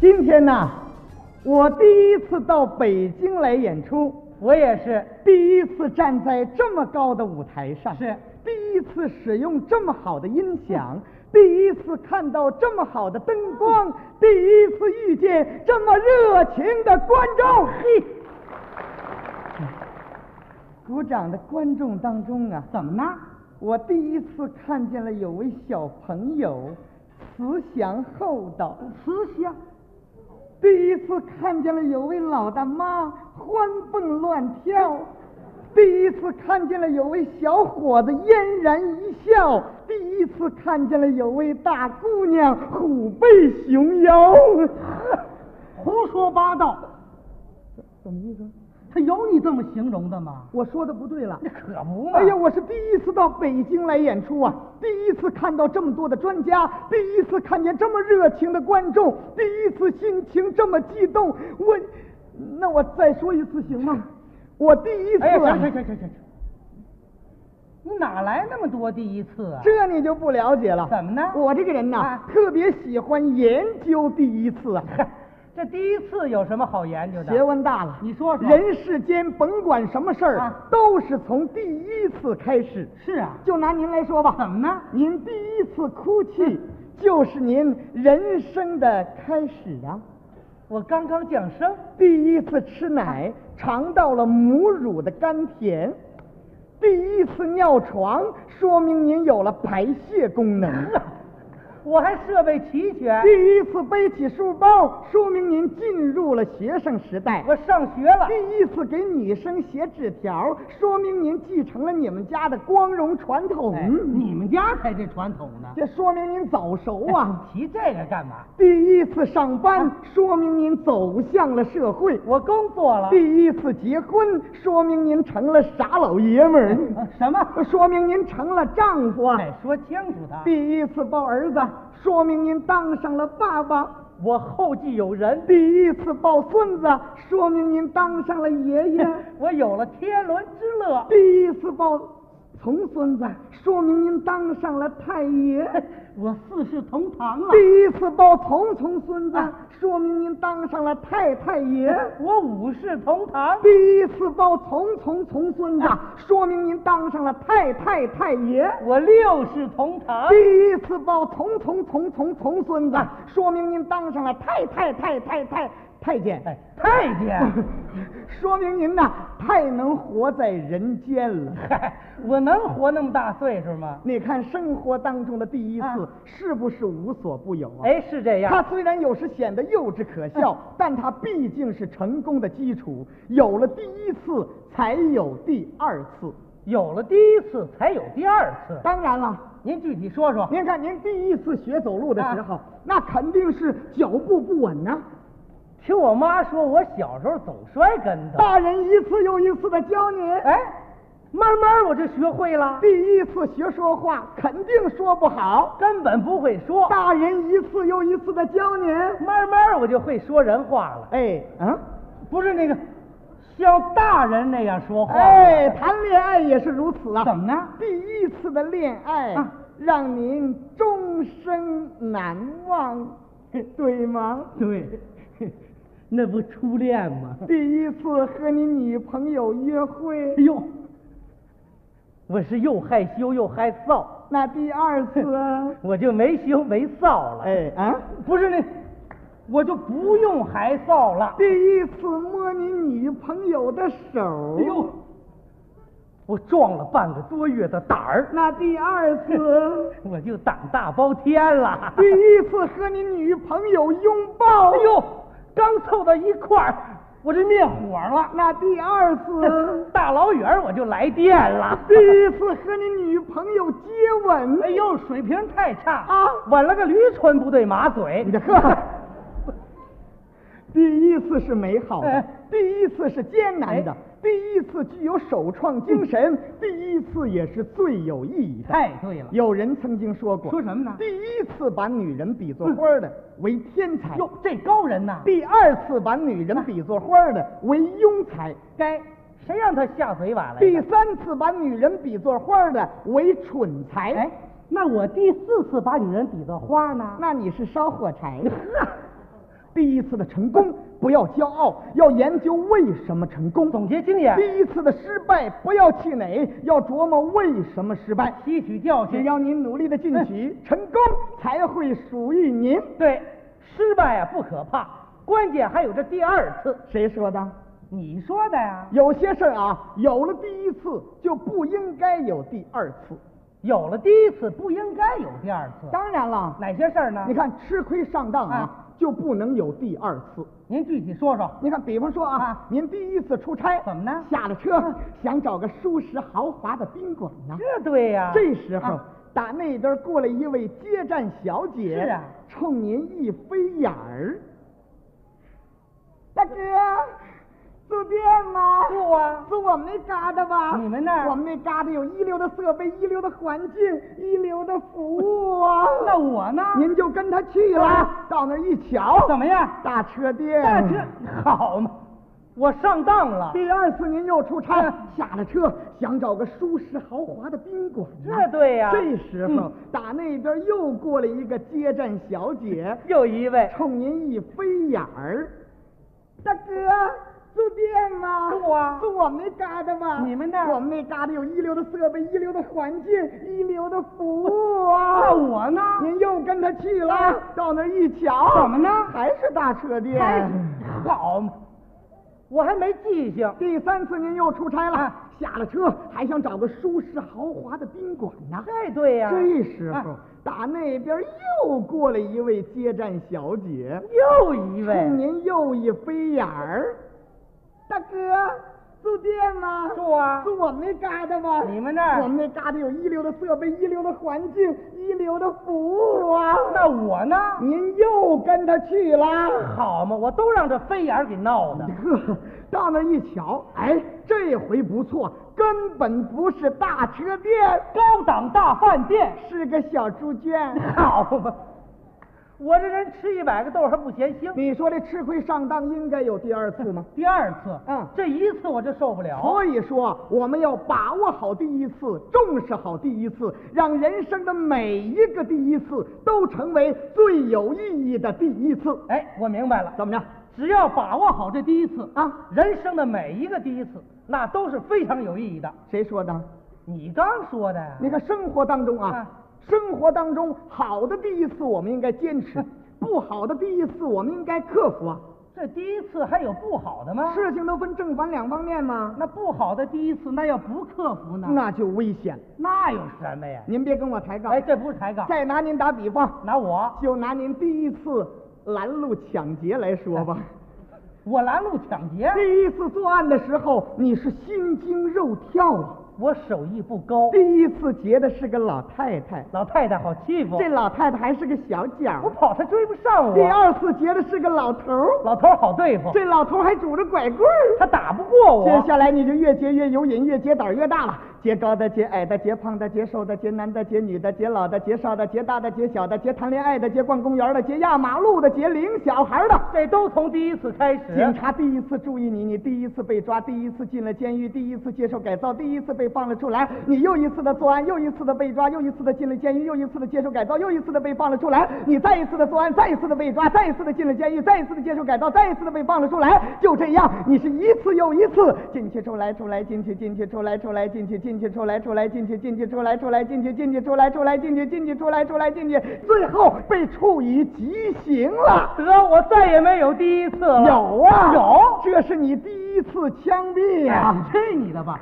今天呐，我第一次到北京来演出，我也是，第一次站在这么高的舞台上，是第一次使用这么好的音响，第一次看到这么好的灯 光，第一次遇见这么热情的观众。嘿，鼓掌的观众当中啊，怎么呢？我第一次看见了有位小朋友慈祥厚道，慈祥，第一次看见了有位老大妈欢蹦乱跳，第一次看见了有位小伙子嫣然一笑，第一次看见了有位大姑娘虎背熊腰。 胡说八道，怎么意思？他有你这么形容的吗？我说的不对了。可不哎哎呀，呀，我我是第一次到北京来演出啊，第一次看到这么多的专家，第一次看见这么热情的观众，第一次心情这么激动。我，那我再说一次行 吗？我第一次、哎呀，啊，行行行行行，你哪来那么多第一次啊？这你就不了解了。怎么呢我这个人呐、啊特别喜欢研究第一次 啊，这第一次有什么好研究的？学问大了。你说说人世间甭管什么事儿、啊都是从第一次开始。是啊，就拿您来说吧，怎么呢您第一次哭泣，就是您人生的开始啊！我刚刚降生，第一次吃奶，尝到了母乳的甘甜；第一次尿床，说明您有了排泄功能； 我还设备齐全，第一次背起书包，说明您进入了学生时代；我上学了，第一次给女生写纸条，说明您继承了你们家的光荣传统。哎你们家才这传统呢。嗯这说明您早熟啊！提这个干嘛？第一次上班，啊说明您走向了社会；我工作了。第一次结婚，说明您成了傻老爷们儿；嗯啊什么？哎说明您成了丈夫啊；得说清楚他。第一次抱儿子，说明您当上了爸爸；我后继有人，第一次抱孙子，说明您当上了爷爷；我有了天伦之乐。第一次抱重孙子，说明您当上了太爷；我四世同堂啊了第一次抱重重孙子啊，哎说明您当上了太太爷。我五世同堂。第一次抱重重重孙子，说明您当上了太太太爷；我六世同堂。第一次抱重重重重重孙子，说明您当上了太太太太太太监；哎，太监， 说明您呐太能活在人间了。嗨，我能活那么大岁数吗？你看生活当中的第一次啊是不是无所不有啊？哎，嗯是这它样。虽然有时显得幼稚可笑，但它毕竟是成功的基础。有了第一次，才有第二次。有了第一次，才有第二次。当然了。您具体说说。您看，您第一次学走路的时候，啊那肯定是脚步不稳呐、听我妈说，我小时候总摔跟头。大人一次又一次的教你，哎，慢慢我就学会了，第一次学说话肯定说不好，根本不会说。大人一次又一次的教你，慢慢我就会说人话了，哎，啊，不是那个像大人那样说话。哎，，谈恋爱也是如此啊。怎么呢？第一次的恋爱、啊让您终生难忘， 对吗？对， 那不初恋 吗？第一次和你女朋友约会哎，呦，我是又害羞又害臊，那第二次啊 我就没羞没臊了。，哎啊。不是那，我就不用害臊了。第一次摸你女朋友的手，哎呦，我壮了半个多月的胆儿，，那第二次 我就胆大包天了。第一次和你女朋友拥抱，哎呦，刚凑到一块儿，我这灭火了。那第二 次，大老远儿我就来电了。第一次和你女朋友接吻，哎呦，水平太差啊吻了个驴唇不对马嘴。你这呵，第一次是美好的哎，第一次是艰难的哎，嗯第一次具有首创精神，第一次也是最有意义的。太对了，有人曾经说过，说什么呢嗯第一次把女人比作花儿的为天才，哟，哎这高人呐，第二次把女人比作花儿的为庸才，该谁让他下嘴瓦来第的？三次把女人比作花儿的为蠢才。哎，那我第四次把女人比作花呢？那你是烧火柴。呵 第一次的成功不要骄傲，要研究为什么成功。总结经验，第一次的失败不要气馁，要琢磨为什么失败。吸取教只训。要您努力的进取，成功才会属于您。对，失败啊不可怕，关键还有这第二次。谁说的？你说的呀？有些事儿啊，有了第一次就不应该有第二次。有了第一次，不应该有第二次。当然了，哪些事儿呢？你，看吃亏上当啊啊，就不能有第二次。您具体说说。你看，比方说啊，啊您第一次出差，怎么呢下了车、想找个舒适豪华的宾馆呢、这对呀、这时候、啊打那边过来一位接站小姐，是啊冲您一飞眼儿。大哥，住店吗？住啊住我们那旮瘩吧。你们那儿我们那旮瘩有一流的设备，一流的环境，一流的服务啊。 那我呢？您就跟他去了，到那儿一瞧，怎么样？嗯大车店，那 这好嘛，我上当了。第二次您又出差嗯，下了车想找个舒适豪华的宾馆呢、这对呀这时候、嗯打那边又过来一个接站小姐，又一位冲您一飞眼儿。大哥，住店吗？住啊住我们那旮瘩吧。你们那儿我们那旮瘩有一流的设备，一流的环境，一流的服务啊。哦那我呢？您又跟他去了啊，到那儿一瞧，怎么呢还是大车店。还好嘛，哎我还没记性。第三次您又出差了，啊下了车还想找个舒适豪华的宾馆呢。这对呀、这时候，啊打那边又过来一位接站小姐，又一冲位您又一飞眼儿。大哥，住店吗？住啊住我们那旮瘩吧。你们那儿我们那旮瘩有一流的设备，一流的环境，一流的服务啊。那我呢？您又跟他去了。好嘛，我都让这飞眼儿给闹的。呵， 到那儿一瞧，哎，这回不错，根本不是大车店，高档大饭店，是个小猪 圈。好嘛，我这人吃一百个豆还不嫌腥。你说这吃亏上当应该有第二次 吗？第二次，嗯这一次我就受不了。所以说，我们要把握好第一次，重视好第一次，让人生的每一个第一次都成为最有意义的第一次。哎，我明白了，怎么着？只要把握好这第一次啊，人生的每一个第一次，那都是非常有意义的。谁说的？你刚说的呀？你看生活当中啊啊，生活当中好的第一次我们应该坚持，啊不好的第一次我们应该克服啊。这第一次还有不好的吗？，事情都分正反两方面嘛，那不好的第一次，那要不克服呢？那就危险。那有什么呀？您别跟我抬杠。哎，这不是抬杠，再拿您打比方，拿我，就拿您第一次拦路抢劫来说啊吧。哎我拦路抢劫，第一次作案的时候，你是心惊肉跳啊。我手艺不高，第一次劫的是个老太太，老太太好欺负，这老太太还是个小脚我儿。跑她追不上第我。二次劫的是个老头儿，老头儿好对付，这老头儿还拄着拐棍儿。他打不过我。接下来你就越结越有瘾，越结胆儿越大了。结高的、结矮的、结胖的、结瘦的、结男的、结女的、结老的、结少的、结大的、结小的、结谈恋爱的、结逛公园的、结压马路的、结领小孩的。这都从第一次开警始。察第一次注意你，你第一次被抓，第一次进了监狱，第一次接受改造，第一次被放了出来，你又一次的作案，又一次的被抓，又一次的进了监狱，又一次的接受改造，又一次的被放了出来，你再一次的作案，再一次的被抓，再一次的进了监狱，再一次的接受改造，再一次的被放了出来，就这样，你是一次又一次进去出来出来进去进去出来出来进去进去出来出来进去进去出来出来进去进去出来出来进去进去出来出来进去，最后被处以极刑了。得，我再也没有第一次了。有啊，有。这是你第一次枪毙哎啊！去你的吧！